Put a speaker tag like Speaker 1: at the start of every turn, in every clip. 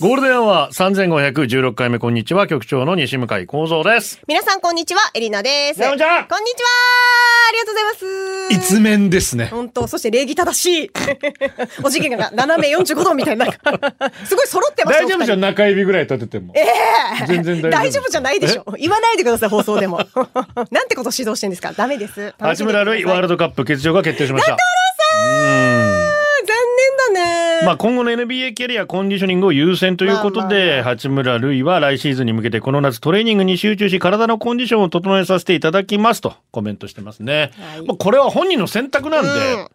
Speaker 1: ゴールデンは三千五百十六回目こんにちは局長の西向井光三です。
Speaker 2: 皆さんこんにちは、エリナです。
Speaker 1: ナオちゃん
Speaker 2: こんにちはありがとうございます
Speaker 3: 一面ですね。
Speaker 2: 本当、そして礼儀正しい。 お辞儀が斜め45度みたいな。 すごい揃ってます
Speaker 1: 大丈夫じゃん中指ぐらい立てても。全然大丈夫
Speaker 2: 大丈夫じゃないでしょ。言わないでください、放送でも。 なんてこと指導してんですかダメです。
Speaker 1: 八村塁ワール
Speaker 2: ド。
Speaker 1: ドカップ欠場が決定しました。
Speaker 2: 残念だね。
Speaker 1: まあ今後の NBA キャリアコンディショニングを優先ということで、八村塁は来シーズンに向けてこの夏トレーニングに集中し体のコンディションを整えさせていただきますとコメントしてますね。
Speaker 2: はい
Speaker 1: まあこれは本人の選択なんで、
Speaker 2: うん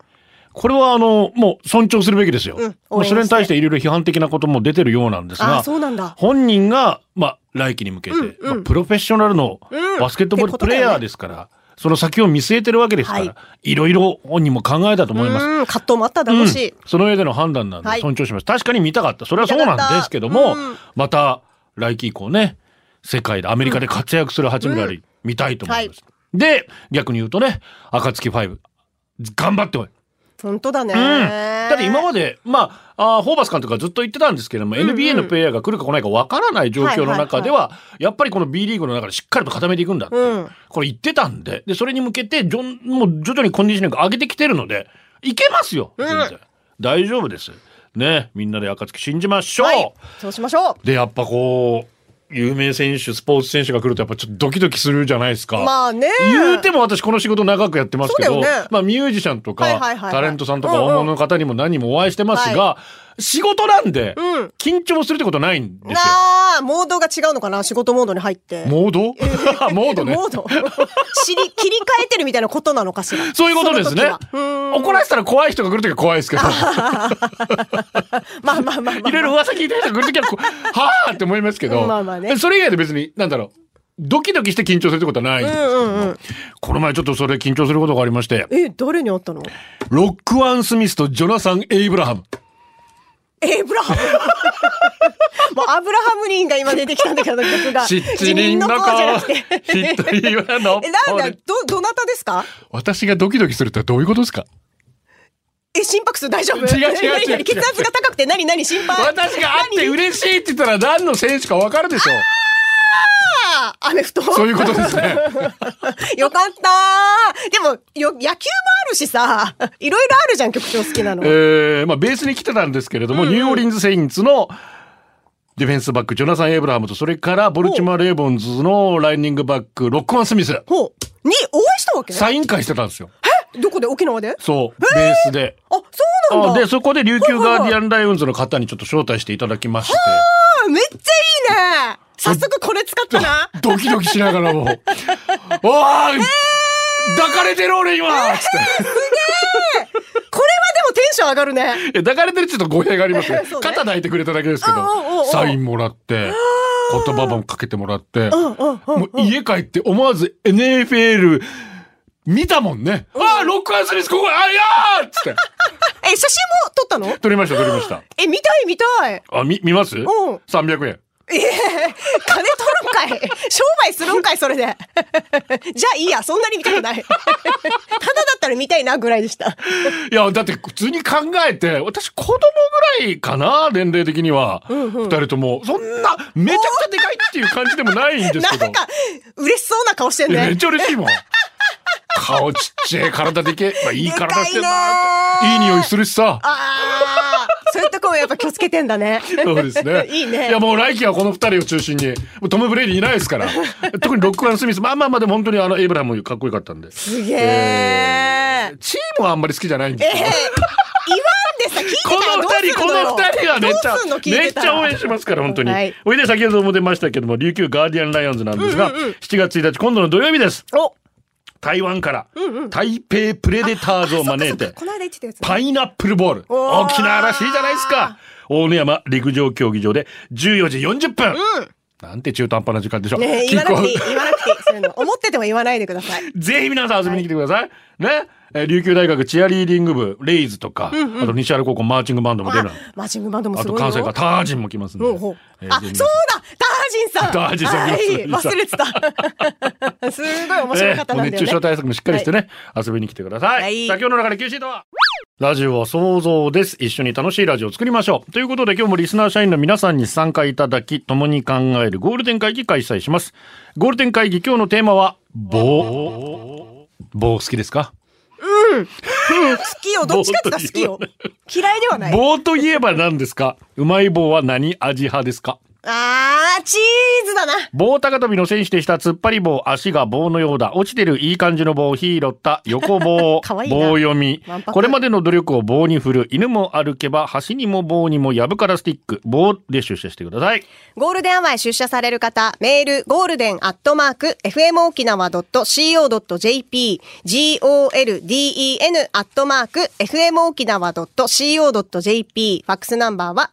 Speaker 1: これはあの、もう尊重するべきですよ。
Speaker 2: うん
Speaker 1: ま
Speaker 2: 応
Speaker 1: あ
Speaker 2: 援して
Speaker 1: それに対していろいろ批判的なことも出てるようなんです
Speaker 2: あ
Speaker 1: が
Speaker 2: あ、、そうなんだ。
Speaker 1: 本人が、まあ、来季に向けて、
Speaker 2: うんうん
Speaker 1: まあプロフェッショナルの
Speaker 2: うん
Speaker 1: バスケットボールプレイヤーですから、その先を見据えてるわけですから、、
Speaker 2: はい
Speaker 1: ろいろ本人も考えたと思います。
Speaker 2: うん、葛藤もあっただろうし
Speaker 1: うん。その上での判断なんで
Speaker 2: はい
Speaker 1: 尊重します、確かに見たかったそれはそうなんですけども、
Speaker 2: 見たかったうん
Speaker 1: また来季以降ね世界でアメリカで活躍する八村塁、見たいと思います、で逆に言うとね暁ファイブ頑張っておい
Speaker 2: 本当だね。
Speaker 1: うんだって今まで、まあ、あーホーバス監督がずっと言ってたんですけども、
Speaker 2: んうん
Speaker 1: NBA のプレイヤーが来るか来ないかわからない状況の中では、やっぱりこの B リーグの中でしっかりと固めていくんだって、
Speaker 2: うん
Speaker 1: これ言ってたんで、で、それに向けて、ジョン、もう徐々にコンディショニング上げてきてるので、いけますよ全然、大丈夫です。ね、みんなで暁信じましょう、
Speaker 2: はい。そうしましょう。
Speaker 1: で、やっぱこう、有名選手、スポーツ選手が来るとやっぱちょっとドキドキするじゃないですか。
Speaker 2: まあね。
Speaker 1: 言うても私この仕事長くやってますけ
Speaker 2: そ
Speaker 1: ど、
Speaker 2: うだよね
Speaker 1: まあミュージシャンとか、
Speaker 2: はいはいはいはい
Speaker 1: タレントさんとか
Speaker 2: うんうん
Speaker 1: 大物の方にも何人もお会いしてますが、仕事なんで、
Speaker 2: うん
Speaker 1: 緊張するってことないんですよ
Speaker 2: な。あ、モードが違うのかな仕事モードに入って。
Speaker 1: モード モードね。
Speaker 2: モード 知り切り替えてるみたいなことなのかしら。
Speaker 1: そういうことですね
Speaker 2: その時。はうーん
Speaker 1: 怒らせたら怖い人が来るときは怖いです けど、
Speaker 2: まあまあまあまあ、まあ。
Speaker 1: いろいろ噂聞いてる人が来るときはこう、はあって思いますけど、
Speaker 2: まあまあね
Speaker 1: それ以外で別に、なんだろう、ドキドキして緊張するってことはないんですけども、この前ちょっとそれ緊張することがありまして、
Speaker 2: え、誰に会ったの
Speaker 1: ロックワン・スミスとジョナサン・エイブラハム。
Speaker 2: エイブラハム。もうアブラハムリ ンが今出てきたんだけど、曲が。
Speaker 1: 七人の子
Speaker 2: 自民じゃなくて。
Speaker 1: 一人はの
Speaker 2: え、なんだ、ど、どなたですか
Speaker 1: 私がドキドキするってどういうことですか
Speaker 2: え、心拍数大丈夫
Speaker 1: 違う違う 違う
Speaker 2: 何何血圧が高くて何何心配
Speaker 1: 私が会って
Speaker 2: 何
Speaker 1: 嬉しいって言ったら何の選手かわかるでしょう
Speaker 2: あアメフト
Speaker 1: そういうことですね
Speaker 2: よかったーでも、よ、野球もあるしさ、いろいろあるじゃん、曲調好きなの。
Speaker 1: えーまあベースに来てたんですけれども、ニューオーリンズ・セインツのディフェンスバックジョナサン・エイブラハムとそれからボルチマー・レーボンズのライニングバックロックマン・スミス
Speaker 2: ほう。に、応援したわけ
Speaker 1: サイン会してたんですよ
Speaker 2: どこで沖縄であ、
Speaker 1: そうベースで。
Speaker 2: そうな
Speaker 1: あ
Speaker 2: んだ。
Speaker 1: でそこで琉球ガーディアン・ライオンズの方にちょっと招待していただきまして。
Speaker 2: あめっちゃいいね早速これ使ったな
Speaker 1: ドキドキしなが らもう。わーい抱かれてる俺今つっ
Speaker 2: これはでもテンション上がるね
Speaker 1: て。抱かれてるってちょっと語弊がありますね
Speaker 2: そうね
Speaker 1: 肩抱いてくれただけですけど
Speaker 2: うんうんうんうん、
Speaker 1: サインもらって、言葉もかけてもらって、
Speaker 2: うん
Speaker 1: も う家帰って思わず NFL 見たもんね。ああ、ロックアンスリスここ、あいやーっつって。
Speaker 2: え写真も撮ったの
Speaker 1: 撮りました、撮りました。
Speaker 2: え見たい見たい
Speaker 1: あ、み、見ます
Speaker 2: ん
Speaker 1: ?300 円。
Speaker 2: 金取るんかい商売するんかいそれで じゃあいいやそんなに見たくない ただだったら見たいなぐらいでした
Speaker 1: いや、だって普通に考えて、私子供ぐらいかな、年齢的には。二、人とも、そんな、めちゃくちゃでかいっていう感じでもないんです
Speaker 2: な
Speaker 1: けど。
Speaker 2: んか嬉しそうな顔してん
Speaker 1: いやめっ
Speaker 2: ね
Speaker 1: ちゃ嬉しいもん。顔ちっちゃい、体で けえ、まあ、いい体してんな
Speaker 2: でかいね
Speaker 1: いい匂いするしさ。
Speaker 2: あーそういうとこもやっぱ気をつけてんだね
Speaker 1: そうですね。
Speaker 2: いいね
Speaker 1: いや、もう来季はこの二人を中心に、もうトム・ブレイディいないです から。特にロックアン・スミス、まあまあまあ、でも本当にあの、エイブラハムかっこよかったん で。
Speaker 2: すげえー、
Speaker 1: チームはあんまり好きじゃないんですけど
Speaker 2: えー、言わんでさ聞いて
Speaker 1: こ
Speaker 2: たらど
Speaker 1: の
Speaker 2: うす
Speaker 1: 二
Speaker 2: る
Speaker 1: 人、この二人はめっち
Speaker 2: どうすんの聞い
Speaker 1: ゃ、めってち
Speaker 2: た
Speaker 1: ゃ
Speaker 2: ら
Speaker 1: 応援しますから、本当に。
Speaker 2: はい
Speaker 1: おいで、先ほども出ましたけども、琉球ガーディアンライオンズなんですが、7月1日、今度の土曜日です。
Speaker 2: お
Speaker 1: 台湾から、台北プレデターズを招い
Speaker 2: あそっかそってか、この間言ってたやつね
Speaker 1: パイナップルボール。
Speaker 2: おー
Speaker 1: 沖縄らしいじゃないですか。大野山陸上競技場で14時40分。なんて中途半端な時間でしょ。
Speaker 2: ねえ言わなくていい
Speaker 1: キックオフ
Speaker 2: 言わなくていいそういうの思ってても言わないでください
Speaker 1: ぜひ皆さん遊びに来てください。ね。えー琉球大学チアリーディング部、レイズとか、あと西原高校マーチングバンドも出るの。
Speaker 2: あマーチングバンドも
Speaker 1: あ
Speaker 2: す
Speaker 1: と
Speaker 2: ごいよ
Speaker 1: 関西からタージンも来ますんで。
Speaker 2: ほうほう
Speaker 1: えー
Speaker 2: あ、
Speaker 1: ぜ
Speaker 2: そう
Speaker 1: ひ
Speaker 2: だダージンさん
Speaker 1: ダージンさん
Speaker 2: はい、忘れてた すごい面白かった
Speaker 1: えーもう
Speaker 2: な
Speaker 1: ん
Speaker 2: だよね
Speaker 1: 熱中症対策もしっかりしてね、遊びに来てください。
Speaker 2: はい
Speaker 1: さあ今日の中で QC とはラジオは想像です。一緒に楽しいラジオを作りましょう。ということで今日もリスナー社員の皆さんに参加いただき、共に考えるゴールデン会議開催します。ゴールデン会議今日のテーマは、棒。棒好きですか
Speaker 2: うん好きよどっちかって言ったら好きよ嫌いではない
Speaker 1: 棒といえば何ですかうまい棒は何味派ですか
Speaker 2: あーチーズだな
Speaker 1: 棒高跳びの選手でした突っ張り棒、足が棒のようだ。落ちてるいい感じの棒、拾った、横 棒
Speaker 2: かわいいな
Speaker 1: 棒読み
Speaker 2: わんぱ。く
Speaker 1: これまでの努力を棒に振る。犬も歩けば、橋にも棒にもやぶからスティック。棒で出社してください。
Speaker 2: ゴールデンアワーへ出社される方、メール、ゴールデンアットマーク、fmokinawa.co.jp、golden アットマーク、fmokinawa.co.jp、ファックスナンバーは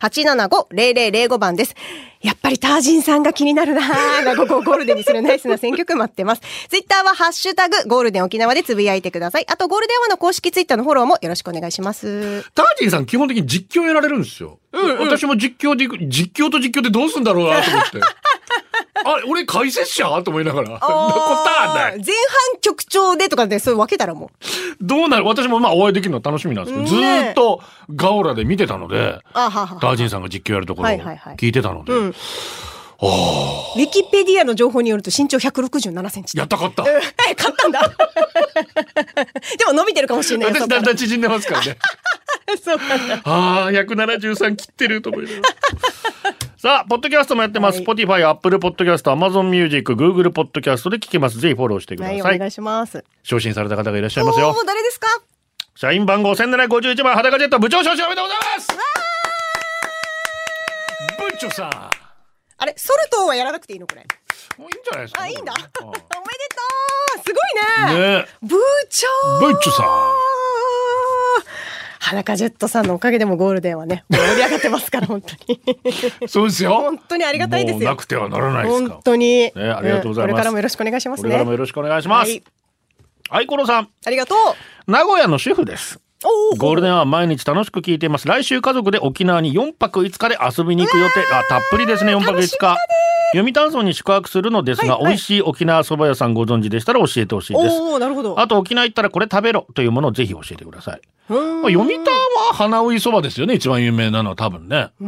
Speaker 2: 098-875-0005番です。やっぱりタージンさんが気になるなぁが、ここをゴールデンにする ナイスな選曲待ってます。ツイッターはハッシュタグ、ゴールデン沖縄でつぶやいてください。あと、ゴールデンアワーの公式ツイッターのフォローもよろしくお願いします。
Speaker 1: タージンさん基本的に実況やられるんですよ。私も実況で行く、実況と実況でどうすんだろうなと思 って。あれ、俺解説者と思いながら。
Speaker 2: 前半曲調でとかで、そう分けたらもう。
Speaker 1: どうなる私もまあお会いできるの楽しみなんですけど、ず
Speaker 2: ね
Speaker 1: ーっとガオラで見てたので、
Speaker 2: あはは
Speaker 1: ダージンさんが実況やるところを
Speaker 2: はいはいはい
Speaker 1: 聞いてたので、
Speaker 2: んウィキペディアの情報によると身長167センチ。
Speaker 1: やったかった。
Speaker 2: ええ買ったんだ。 でも伸びてるかもしれないよ。
Speaker 1: 私だんだん縮んでますから ね。
Speaker 2: そうなんだ。
Speaker 1: ああ、173切ってると思いながら さあ、ポッドキャストもやってます。
Speaker 2: はい
Speaker 1: Spotify、Apple Podcast、Amazon Music、Google Podcast で聞けます。ぜひフォローしてくだ
Speaker 2: は
Speaker 1: さ
Speaker 2: い、
Speaker 1: い。
Speaker 2: お願いします。
Speaker 1: 昇進された方がいらっしゃいますよ
Speaker 2: お。ー誰ですか
Speaker 1: 社員番号1751番裸ジェット部長昇進おめでとうございます部長さん、
Speaker 2: あれ、ソルトンはやらなくていいのこれ。
Speaker 1: もういいんじゃないですか。
Speaker 2: あ、いいんだ。おめでと
Speaker 1: う
Speaker 2: うすごいね
Speaker 1: ねえ
Speaker 2: 部長
Speaker 1: 部長さん。
Speaker 2: 裸ジェットさんのおかげでもゴールデンはね、盛り上がってま すから、本当に。
Speaker 1: そうですよ。
Speaker 2: 本当にありがたいですよ
Speaker 1: もうなくてはならないですから
Speaker 2: 本。当に。
Speaker 1: ねありがとうございます
Speaker 2: んこれからもよろしくお願いします
Speaker 1: こ
Speaker 2: ね。
Speaker 1: れからもよろしくお願いします。は
Speaker 2: はい
Speaker 1: い、コロさん、
Speaker 2: ありがとう。
Speaker 1: 名古屋の主婦です。
Speaker 2: おー
Speaker 1: ゴールデンは毎日楽しく聞いています。来週家族で沖縄に4泊5日で遊びに行く予定。あ、たっぷりですね、4泊5日。読谷村に宿泊するのですが、
Speaker 2: はいはい
Speaker 1: 美味しい沖縄そば屋さんご存知でしたら教えてほしいです。
Speaker 2: おおーなるほど。
Speaker 1: あと沖縄行ったらこれ食べろというものをぜひ教えてください。
Speaker 2: うーん
Speaker 1: まあ、読谷は花追いそばですよね、一番有名なのは多分ね。
Speaker 2: うー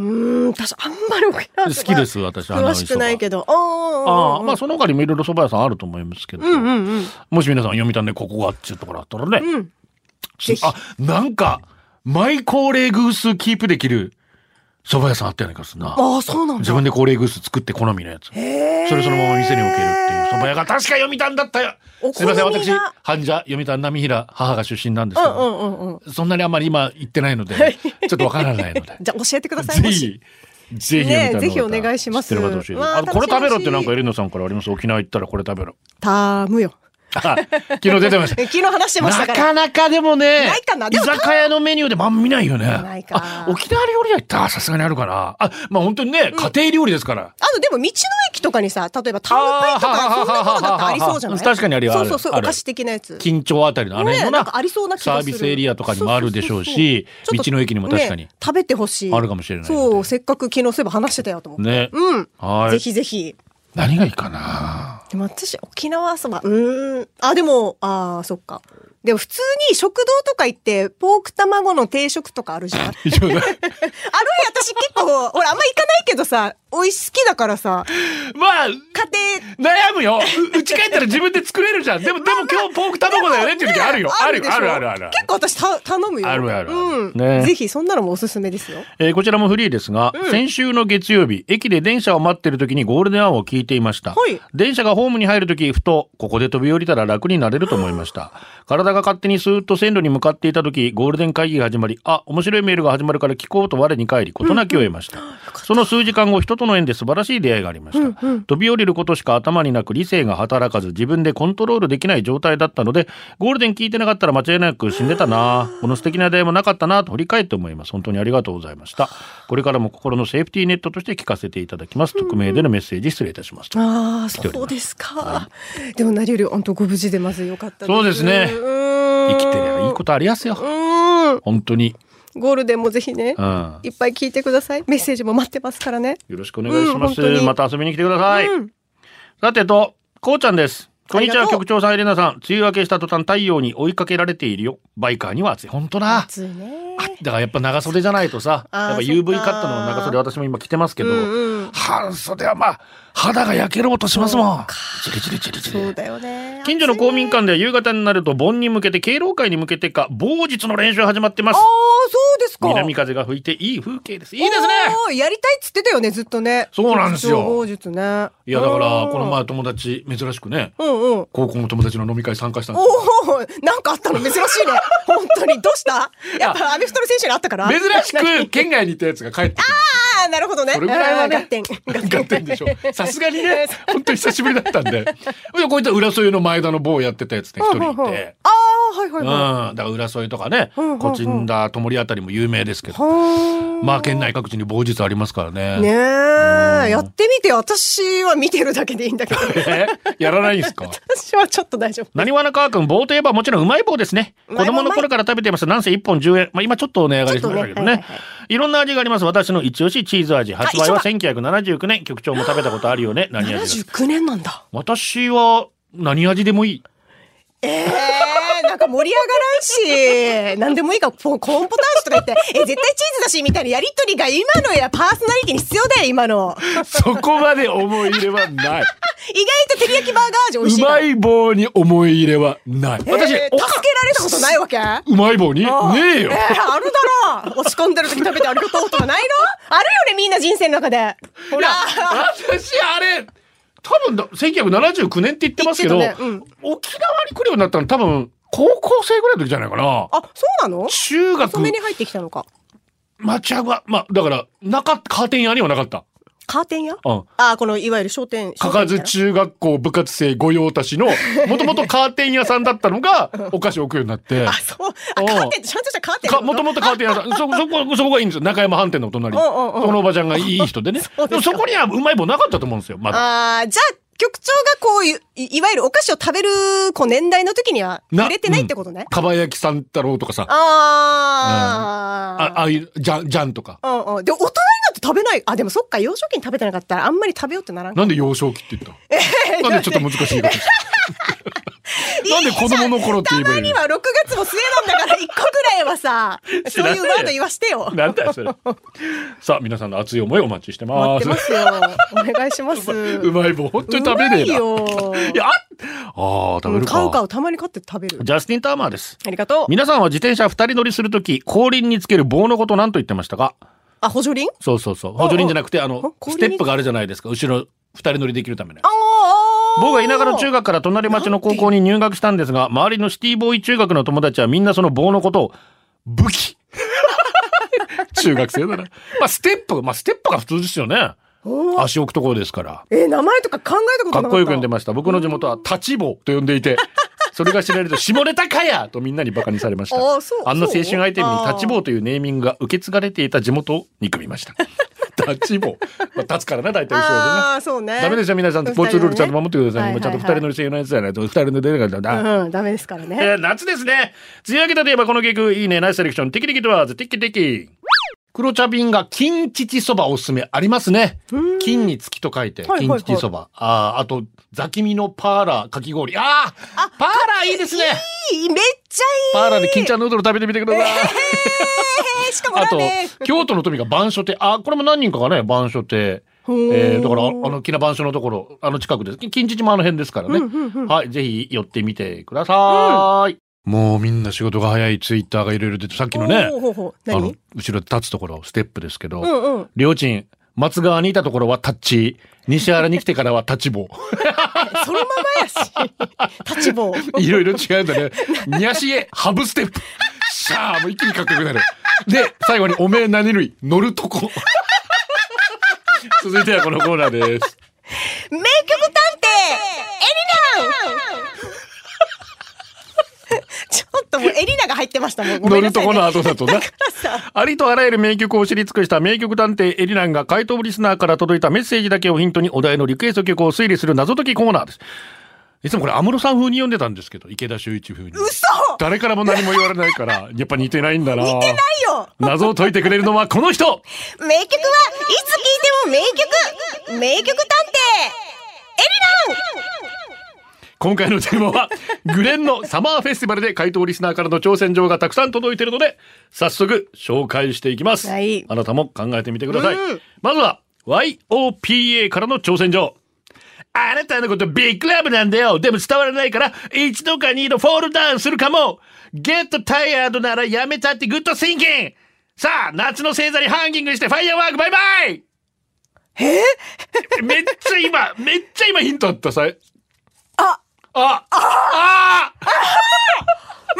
Speaker 2: ん、私あんまり沖縄
Speaker 1: 好きです、私、花追い
Speaker 2: 詳
Speaker 1: そば。
Speaker 2: しくないけど。
Speaker 1: ああ、
Speaker 2: ああ、
Speaker 1: まあその他にもいろいろ蕎麦屋さんあると思いますけど、
Speaker 2: うんうんうん。
Speaker 1: もし皆さん読谷でここがっていうところあったらね、
Speaker 2: うん
Speaker 1: すあなんか毎恒例グースキープできる蕎麦屋さんあったような気がするな
Speaker 2: ああ、そうなんだ。
Speaker 1: 自分で恒例グース作って好みのやつ
Speaker 2: へー
Speaker 1: それそのまま店に置けるっていう蕎麦屋が確か読谷だったよ
Speaker 2: お好みが
Speaker 1: すいません私患者読谷波平母が出身なんですけ
Speaker 2: う
Speaker 1: ど、
Speaker 2: んうんうんうん。
Speaker 1: そんなにあまり今行ってないのでちょっとわからないので
Speaker 2: じゃあ教えてください。
Speaker 1: ぜ
Speaker 2: もし
Speaker 1: ひ。ぜひ、
Speaker 2: ね
Speaker 1: 読谷
Speaker 2: え
Speaker 1: の方
Speaker 2: ぜひお願いします
Speaker 1: 知ってる方教えてくだ
Speaker 2: わ
Speaker 1: さ
Speaker 2: あ
Speaker 1: いあこれ食べろって
Speaker 2: 楽しみ
Speaker 1: なんかエリノさんからあります沖縄行ったらこれ食べろ
Speaker 2: た むよ。
Speaker 1: あ昨日出てました
Speaker 2: え昨日話してまし
Speaker 1: な
Speaker 2: たか。
Speaker 1: からなかでもね
Speaker 2: ないかな
Speaker 1: 居
Speaker 2: でも
Speaker 1: 酒屋のメニューでまん見ないよね
Speaker 2: ないか
Speaker 1: あ沖縄料理屋行ったらさすがにあるかなあまあ本当にね、家庭料理ですから
Speaker 2: あのでも道の駅とかにさ、例えばタウンパイとか
Speaker 1: あー
Speaker 2: そんなものだったらありそうじゃない？
Speaker 1: 確かにあるよ
Speaker 2: そうそうそう
Speaker 1: あ
Speaker 2: お
Speaker 1: る
Speaker 2: 菓子的なやつ。
Speaker 1: 緊張あたりのあの辺の
Speaker 2: ねなんかありそうな気
Speaker 1: サ
Speaker 2: が
Speaker 1: ー
Speaker 2: する
Speaker 1: ビスエリアとかにもあるでしょうし
Speaker 2: そうそうそうそう
Speaker 1: 道の駅にも確かに
Speaker 2: ね、食べてほしい。
Speaker 1: あるかもしれないので
Speaker 2: そう、せっかく昨日そういえば話してたよと思って。
Speaker 1: ね、
Speaker 2: うん。
Speaker 1: はい
Speaker 2: ぜひぜひ。
Speaker 1: 何がいいかな
Speaker 2: でも私沖縄そばうーんあでもあーそっかでも普通に食堂とか行ってポーク卵の定食とかあるじゃ んあるい私結構俺あんま行かないけどさ美味し好きだからさ
Speaker 1: まあ
Speaker 2: 家庭
Speaker 1: 悩むよううち帰ったら自分で作れるじゃんでもでも今日ポーク卵だよねっていう時あるよある
Speaker 2: でし
Speaker 1: よ
Speaker 2: ょ
Speaker 1: あるあるあるある
Speaker 2: 結構私た頼むよ
Speaker 1: あるあるある
Speaker 2: うん
Speaker 1: ね
Speaker 2: ぜひそんなのもおすすめですよ
Speaker 1: えーこちらもフリーですが、先週の月曜日、駅で電車を待ってる時にゴールデンアワーを聞いていました。
Speaker 2: はい
Speaker 1: 電車がホームに入る時、ふと、ここで飛び降りたら楽になれると思いました。体体が勝手にスーッと線路に向かっていた時ゴールデン会議が始まりあ面白いメールが始まるから聞こうと我に返り事なきを得ました、その数時間後人との縁で素晴らしい出会いがありました、飛び降りることしか頭になく理性が働かず自分でコントロールできない状態だったのでゴールデン聞いてなかったら間違いなく死んでたなこの素敵な出会いもなかったなと振り返って思います本当にありがとうございましたこれからも心のセーフティーネットとして聞かせていただきます匿名でのメッセージ失礼いたします
Speaker 2: ああ、
Speaker 1: ております
Speaker 2: そうですか。でも何より本当ご無事でまずよかったです。
Speaker 1: そうですね生
Speaker 2: 生
Speaker 1: きてりゃいいことありやすよ
Speaker 2: と。うん。
Speaker 1: 本当に、
Speaker 2: ゴールデンもぜひね
Speaker 1: う、ん、
Speaker 2: いっぱい聞いてください。メッセージも待ってますからね。
Speaker 1: よろしくお願いします、
Speaker 2: うん本当に
Speaker 1: また遊びに来てください、
Speaker 2: うん
Speaker 1: さてとこうちゃんですこんにち
Speaker 2: あ
Speaker 1: は
Speaker 2: りがとう
Speaker 1: 局長さんエレナさん梅雨明けした途端太陽に追いかけられているよバイカーには暑い本当だ
Speaker 2: 暑いね。
Speaker 1: だからやっぱ長袖じゃないとさ
Speaker 2: あー
Speaker 1: やっぱ
Speaker 2: そっ
Speaker 1: UV
Speaker 2: か
Speaker 1: カットの長袖私も今着てますけど、
Speaker 2: うんうん。
Speaker 1: 半袖はまあ肌が焼ける音しますもんチリチリチリチリ
Speaker 2: そうだよね。
Speaker 1: 近所の公民館では夕方になると盆に向けて敬老会に向けてか某日の練習が始まってま
Speaker 2: あ
Speaker 1: す
Speaker 2: あー、そうですか。
Speaker 1: 南風が吹いていい風景ですいいですね
Speaker 2: おー。やりたいっつってたよね、ずっとね。
Speaker 1: そうなんですよ
Speaker 2: 口述ね。い
Speaker 1: いやだからこの前。友達珍しくね
Speaker 2: うんうん。
Speaker 1: 高校の友達の飲み会参加したんですよ
Speaker 2: おお、なんかあったの 珍しいね。本当にどうした？やっぱアメフトの選手にあったから。
Speaker 1: 珍しく県外に行ったやつが帰ってくる
Speaker 2: ああ、なるほどね。
Speaker 1: それぐらいはね
Speaker 2: あー合点。
Speaker 1: 合点でしょさすがに ね本当に久しぶりだったんででこういった浦添の前田の某やってたやつね一人いて。
Speaker 2: ああ、はいは
Speaker 1: う
Speaker 2: い
Speaker 1: ん、だ
Speaker 2: は
Speaker 1: から浦添とかね、
Speaker 2: うんうんうん
Speaker 1: コチンダともりあたりも有名ですけ
Speaker 2: い。
Speaker 1: ど、
Speaker 2: はー
Speaker 1: まあ県内各地に某日ありますからね。
Speaker 2: ねえ、やってみて、私は見てるだけでいいん だけど。
Speaker 1: えやらないんですか
Speaker 2: 私はちょっと大丈夫。
Speaker 1: なにわの川くん、棒といえばもちろんうまい棒ですね。
Speaker 2: う
Speaker 1: 子
Speaker 2: まい棒
Speaker 1: 供の頃から食べていました。なんせ1本10円。まあ今ちょっとお値上がりしましたけど
Speaker 2: ちょっとね
Speaker 1: ね
Speaker 2: はいはい。
Speaker 1: いろんな味があります。私の一押しチーズ味。発売
Speaker 2: あ
Speaker 1: は1979年。局長も食べたことあるよね。何味ですか
Speaker 2: 79年なんだ。
Speaker 1: 私は何味でも いい。
Speaker 2: ええなんか盛り上がらんし、なんでもいいから、ポコーンポタージュとか言って、え、絶対チーズだし、みたいなやりとりが今のやパーソナリティに必要だよ、今の。
Speaker 1: そこまで思い入れはない。
Speaker 2: 意外と照り焼きバーガー味美味
Speaker 1: う
Speaker 2: しいか
Speaker 1: ま
Speaker 2: ら。
Speaker 1: い棒に思い入れはない。私、
Speaker 2: えー
Speaker 1: お
Speaker 2: 助けられたことないわけ
Speaker 1: うまい棒にねえよ
Speaker 2: え。ーあるだろう落ち込んでる時食べてありがとうとかないのあるよねみんな人生の中でほら
Speaker 1: 私あれ多分だ1979年って言ってますけど、
Speaker 2: 言ってたね
Speaker 1: 沖縄に来るようになったの多分高校生ぐらいの時じゃないかな
Speaker 2: あそうなの
Speaker 1: 中学
Speaker 2: 遅めに入ってきたのか
Speaker 1: 町役はまあだからなかったカーテン屋にはなかった、
Speaker 2: カーテン屋
Speaker 1: うん、
Speaker 2: あこのいわゆる商店
Speaker 1: かかず
Speaker 2: 商店
Speaker 1: 中学校部活生御用達 のもともとカーテン屋さんだったのがお菓子を置くようになって
Speaker 2: あそう
Speaker 1: う
Speaker 2: あ
Speaker 1: ん
Speaker 2: カーテンってちゃんとしたカーテンな
Speaker 1: か
Speaker 2: の
Speaker 1: もともとカーテン屋さんそそこそこがいいんですよ中山飯店のお隣
Speaker 2: うんうんうん
Speaker 1: そこのおばちゃんがいい人 でね
Speaker 2: うですか
Speaker 1: でもそこにはうまい棒なかったと思うんですよまだ
Speaker 2: あーじゃあ局長がこういういいわゆるお菓子を食べるこう年代の時には
Speaker 1: な
Speaker 2: 触れてないってことね、
Speaker 1: かば焼きさん太郎とかさ
Speaker 2: あー
Speaker 1: あ、ああいう、じゃん、じゃんとか。
Speaker 2: うんうんで大人になって食べないあでもそっか幼少期に食べてなかったらあんまり食べようってならんか
Speaker 1: なんで幼少期って言ったのなんでちょっと難しいことしたなんで子供の頃って言えば
Speaker 2: たま
Speaker 1: いい
Speaker 2: に
Speaker 1: の
Speaker 2: は6月も末なんだから1個ぐらいはさ
Speaker 1: 知
Speaker 2: そ う
Speaker 1: らない
Speaker 2: いうワード言わしてよ
Speaker 1: なんだよ、それ。さあ、皆さんの熱い思いお待ちして
Speaker 2: 待
Speaker 1: ま
Speaker 2: って
Speaker 1: す。
Speaker 2: ますよお願いします
Speaker 1: う まい棒、本当に食べねえな。
Speaker 2: う
Speaker 1: い
Speaker 2: ま いよ
Speaker 1: や、ああ、食べる
Speaker 2: 買う買
Speaker 1: か。
Speaker 2: うたまに買って食べる
Speaker 1: ジャスティン・ターマーです。
Speaker 2: ありがとう
Speaker 1: 皆さんは自転車二人乗りするとき、後輪につける棒のこと何と言ってましたか
Speaker 2: あ補助輪
Speaker 1: そうそうそう。補助輪じゃなくて、あ
Speaker 2: あ
Speaker 1: の、
Speaker 2: 後輪
Speaker 1: ス
Speaker 2: に
Speaker 1: テップがあるじゃないですか。後ろ二人乗りできるための。
Speaker 2: ああ
Speaker 1: 僕は田舎の中
Speaker 2: 学
Speaker 1: 学から隣町の高校に入学したんですが、周りのシティボーイ中学の友達はみんなその棒のことを、武 器。中学生だな。まあ、ステップ、まあ、ステップが普通ですよね。足置くところですから。
Speaker 2: えー名前とか考えた
Speaker 1: か
Speaker 2: ことなかった
Speaker 1: っこよく呼んでました。僕の地元は立ち棒と呼んでいて、それが知られると、下ネタかやとみんなにバカにされました。
Speaker 2: あそう
Speaker 1: あんな青春
Speaker 2: そう
Speaker 1: アイテムに立ち棒というネーミングが受け継がれていた地元を憎みました。立ち棒。まあ、立つからな、大体後ろでね。
Speaker 2: ああーそうね
Speaker 1: ダメですよ皆さん交通ルールちゃんと守ってください、ね、ちゃんと二人乗り専用のやつじゃないと二人の出なかったら
Speaker 2: うんダメですからね
Speaker 1: えー夏ですね梅雨明けたといえばこの曲いいねナイスセレクションテキテキとはずテキテキ黒茶瓶が金乳そばおすすめありますね金に月と書いて
Speaker 2: はいはいは
Speaker 1: 金
Speaker 2: い
Speaker 1: 乳そば、あーあとザキミのパーラーかき氷あーパーラーいいですね
Speaker 2: いいめっちゃ
Speaker 1: パーラーで金ちゃんヌードル食べてみてください、
Speaker 2: いいしかも
Speaker 1: あ
Speaker 2: ラー
Speaker 1: と
Speaker 2: メン、
Speaker 1: 京都の富が番所亭。あ、これも何人かがね、番所亭。
Speaker 2: ー
Speaker 1: えー、だから、あの、木名番所のところ、あの近くです。近日もあの辺ですからね。はい、ぜひ寄ってみてください。もうみんな仕事が早い、ツイッターがいろいろ出て、さっきのね、
Speaker 2: ほうほうほう
Speaker 1: あの
Speaker 2: 何、
Speaker 1: 後ろで立つところ、ステップですけど、
Speaker 2: うんうん
Speaker 1: りょうちん、松川にいたところはタッチ西原に来てからはタッチ棒
Speaker 2: そのままやし。立ち棒。
Speaker 1: いろいろ違うんだねにゃしえハブステップシャーもう一気にかっこよくなるで最後におめえ何類乗るとこ続いてはこのコーナーです
Speaker 2: 名曲探偵エリ ナちょっともうエリナが入ってましたもん。ごめ
Speaker 1: 乗
Speaker 2: んな
Speaker 1: ると
Speaker 2: さい
Speaker 1: こ
Speaker 2: ね
Speaker 1: の後だとな。ありとあらゆる名曲を知り尽くした名曲探偵エリナンが回答リスナーから届いたメッセージだけをヒントにお題のリクエスト曲を推理する謎解きコーナーです。いつもこれ安室さん風に読んでたんですけど、池田修一風に。
Speaker 2: 嘘
Speaker 1: 誰からも何も言われないから、やっぱ似てないんだな。似てない
Speaker 2: ないよ
Speaker 1: 謎を解いてくれるのはこの人
Speaker 2: 名曲はいつ聴いても名曲名曲探偵エリ
Speaker 1: 今回のテーマは、グレンのサマーフェスティバルで回答リスナーからの挑戦状がたくさん届いているので、早速紹介していきます。
Speaker 2: はい
Speaker 1: あなたも考えてみてください。
Speaker 2: うん
Speaker 1: まずは、YOPA からの挑戦状。あなたのことビッグラブなんだよでも伝わらないから、一度か二度フォールダウンするかもゲットタイアードならやめたってグッドシンキンさあ、夏の星座にハンギングしてファイヤーワークバイバイえ めっちゃ今、めっちゃ今ヒントあったさ。
Speaker 2: あ
Speaker 1: ああああ
Speaker 2: ナ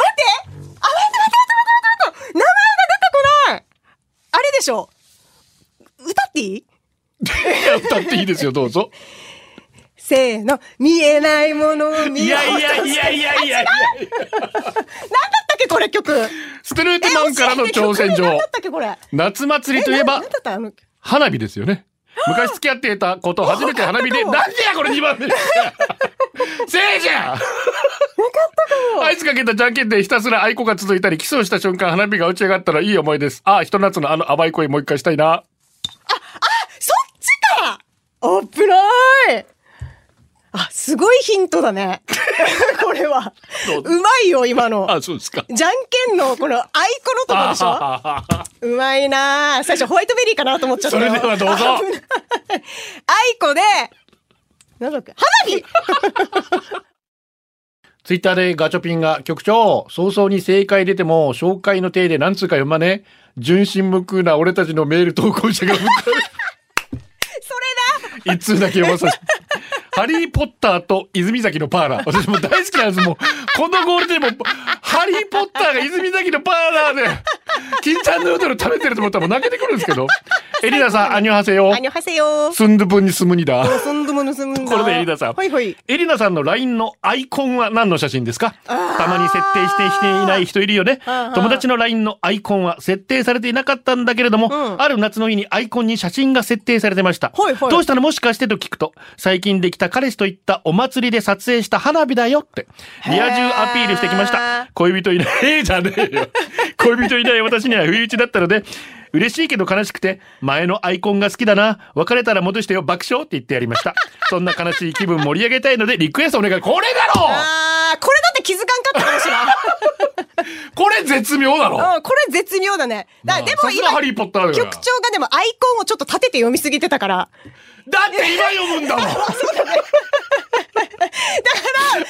Speaker 2: ナ名前が出てこないあれでしょ歌っていい
Speaker 1: いや歌っていいですよ、どうぞ。
Speaker 2: せーの見えないものを見
Speaker 1: い
Speaker 2: よう
Speaker 1: や
Speaker 2: と
Speaker 1: いやいやいやいやいや
Speaker 2: 何だったっけこれ曲
Speaker 1: ストゥルートマンからの挑戦
Speaker 2: え教えて曲名何
Speaker 1: 状
Speaker 2: だ。ったっけこれ
Speaker 1: 夏祭りといえ
Speaker 2: な
Speaker 1: ば
Speaker 2: 何、だったあの
Speaker 1: 花火ですよね。昔付き合っていた子と初めて花火で、
Speaker 2: わ
Speaker 1: なん
Speaker 2: か
Speaker 1: でやこれ2番目せいじゃんアイスかけたじゃんけんでひたすら愛子が続いたり、キスをした瞬間花火が打ち上がったらいい思いです。ああ、ひと夏のあの淡い声もう一回したいな。
Speaker 2: そっちかあっぶないあ、すごいヒントだね。 これは
Speaker 1: どう。
Speaker 2: うまいよ、今の。
Speaker 1: あそうですか。
Speaker 2: じゃんけんの、この、アイコのとこでしょうまいなあ最初、ホワイトベリーかなと思っちゃった
Speaker 1: そ
Speaker 2: よ
Speaker 1: れではどうぞ。
Speaker 2: アイコで、なんだっけ、花火
Speaker 1: ツイッターでガチョピンが局長、早々に正解出ても紹介の体で何通か読まね。純真無垢な俺たちのメール投稿者が向か
Speaker 2: それだ
Speaker 1: う。一通だけ読まさせて。ハリーポッターと泉崎のパーラー。私も大好きなんです。もう、このゴールデンも、ハリーポッターが泉崎のパーラーで、金ちゃんヌードル食べてると思ったらもう泣けてくるんですけど。エリナさん、アニョハセよ
Speaker 2: あ。にょはせよ
Speaker 1: スンドゥブンにスムニだ。
Speaker 2: そんども盗むんだ。
Speaker 1: これでエリナさん
Speaker 2: ほいほい。
Speaker 1: エリナさんの LINE のアイコンは何の写真ですかたまに設定してしていない人いるよね。
Speaker 2: うんうん
Speaker 1: 友達の LINE のアイコンは設定されていなかったんだけれども、
Speaker 2: うん
Speaker 1: ある夏の日にアイコンに写真が設定されてました。
Speaker 2: はいはい
Speaker 1: どうしたのもしかしてと聞くと、最近できた彼氏と行ったお祭りで撮影した花火だよって、リア充アピールしてきまし
Speaker 2: へ
Speaker 1: た
Speaker 2: ー。
Speaker 1: 恋人いない、ええじゃねえ よ。恋人いない私には不意打ちだったので、嬉しいけど悲しくて、前のアイコンが好きだな、別れたら戻してよ、爆笑って言ってやりました。そんな悲しい気分盛り上げたいので、リクエストお願い。これだろ
Speaker 2: あー、これだって気づかんかったかもしれない。
Speaker 1: これ絶妙だろ
Speaker 2: うん、これ絶妙だね。だでも
Speaker 1: さすが
Speaker 2: 今
Speaker 1: ハ、リーポッターだよ
Speaker 2: 局。長がでもアイコンをちょっと立てて読みすぎてたから。
Speaker 1: だって今読むんだ もん。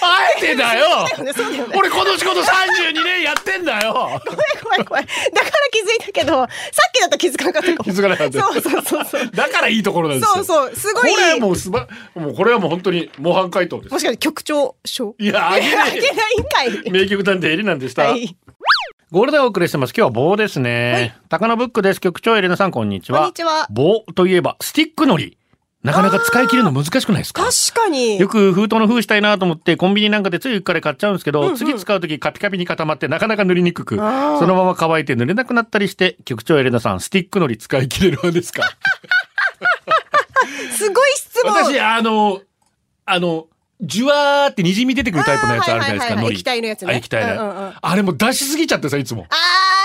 Speaker 1: あえてだよ
Speaker 2: そうだよねそうだよね
Speaker 1: 俺この仕事32年やってんだよ
Speaker 2: 怖い怖い。だから気づいたけど、さっきだと気づかなかったかも。
Speaker 1: 気づかなかった
Speaker 2: そうそうそうそう。
Speaker 1: だからいいところなんですよ。
Speaker 2: そうそうすごい
Speaker 1: これはもうすば、もうこれはもう本当に模範解答です
Speaker 2: も。しかして局長賞
Speaker 1: いや、あ
Speaker 2: あ
Speaker 1: げない
Speaker 2: げないんかい。
Speaker 1: 名曲探偵エリナンでした。
Speaker 2: はい。
Speaker 1: ゴールデンをお送りしてます。今日は棒ですね。高野ブックです。局長エリナさん、こんにちは。
Speaker 2: こんにちは
Speaker 1: 棒といえば、スティックのり。なかなか使い切るの難しくないですか
Speaker 2: 確かに。
Speaker 1: よく封筒の封したいなと思ってコンビニなんかでついうっかり買っちゃうんですけど、
Speaker 2: うんうん
Speaker 1: 次使う時カピカピに固まってなかなか塗りにくくそ
Speaker 2: あー
Speaker 1: のまま乾いて塗れなくなったりして局長エレナさんスティックのり使い切れるんです か
Speaker 2: すごい質問。
Speaker 1: 私あのあのジュワーってにじみ出てくるタイプのやつあるじゃないですか
Speaker 2: あーはいはいはいはい
Speaker 1: のり
Speaker 2: 液体のやつね
Speaker 1: あ液体の、
Speaker 2: うんうんうん
Speaker 1: あれも出しすぎちゃってさいつも
Speaker 2: あ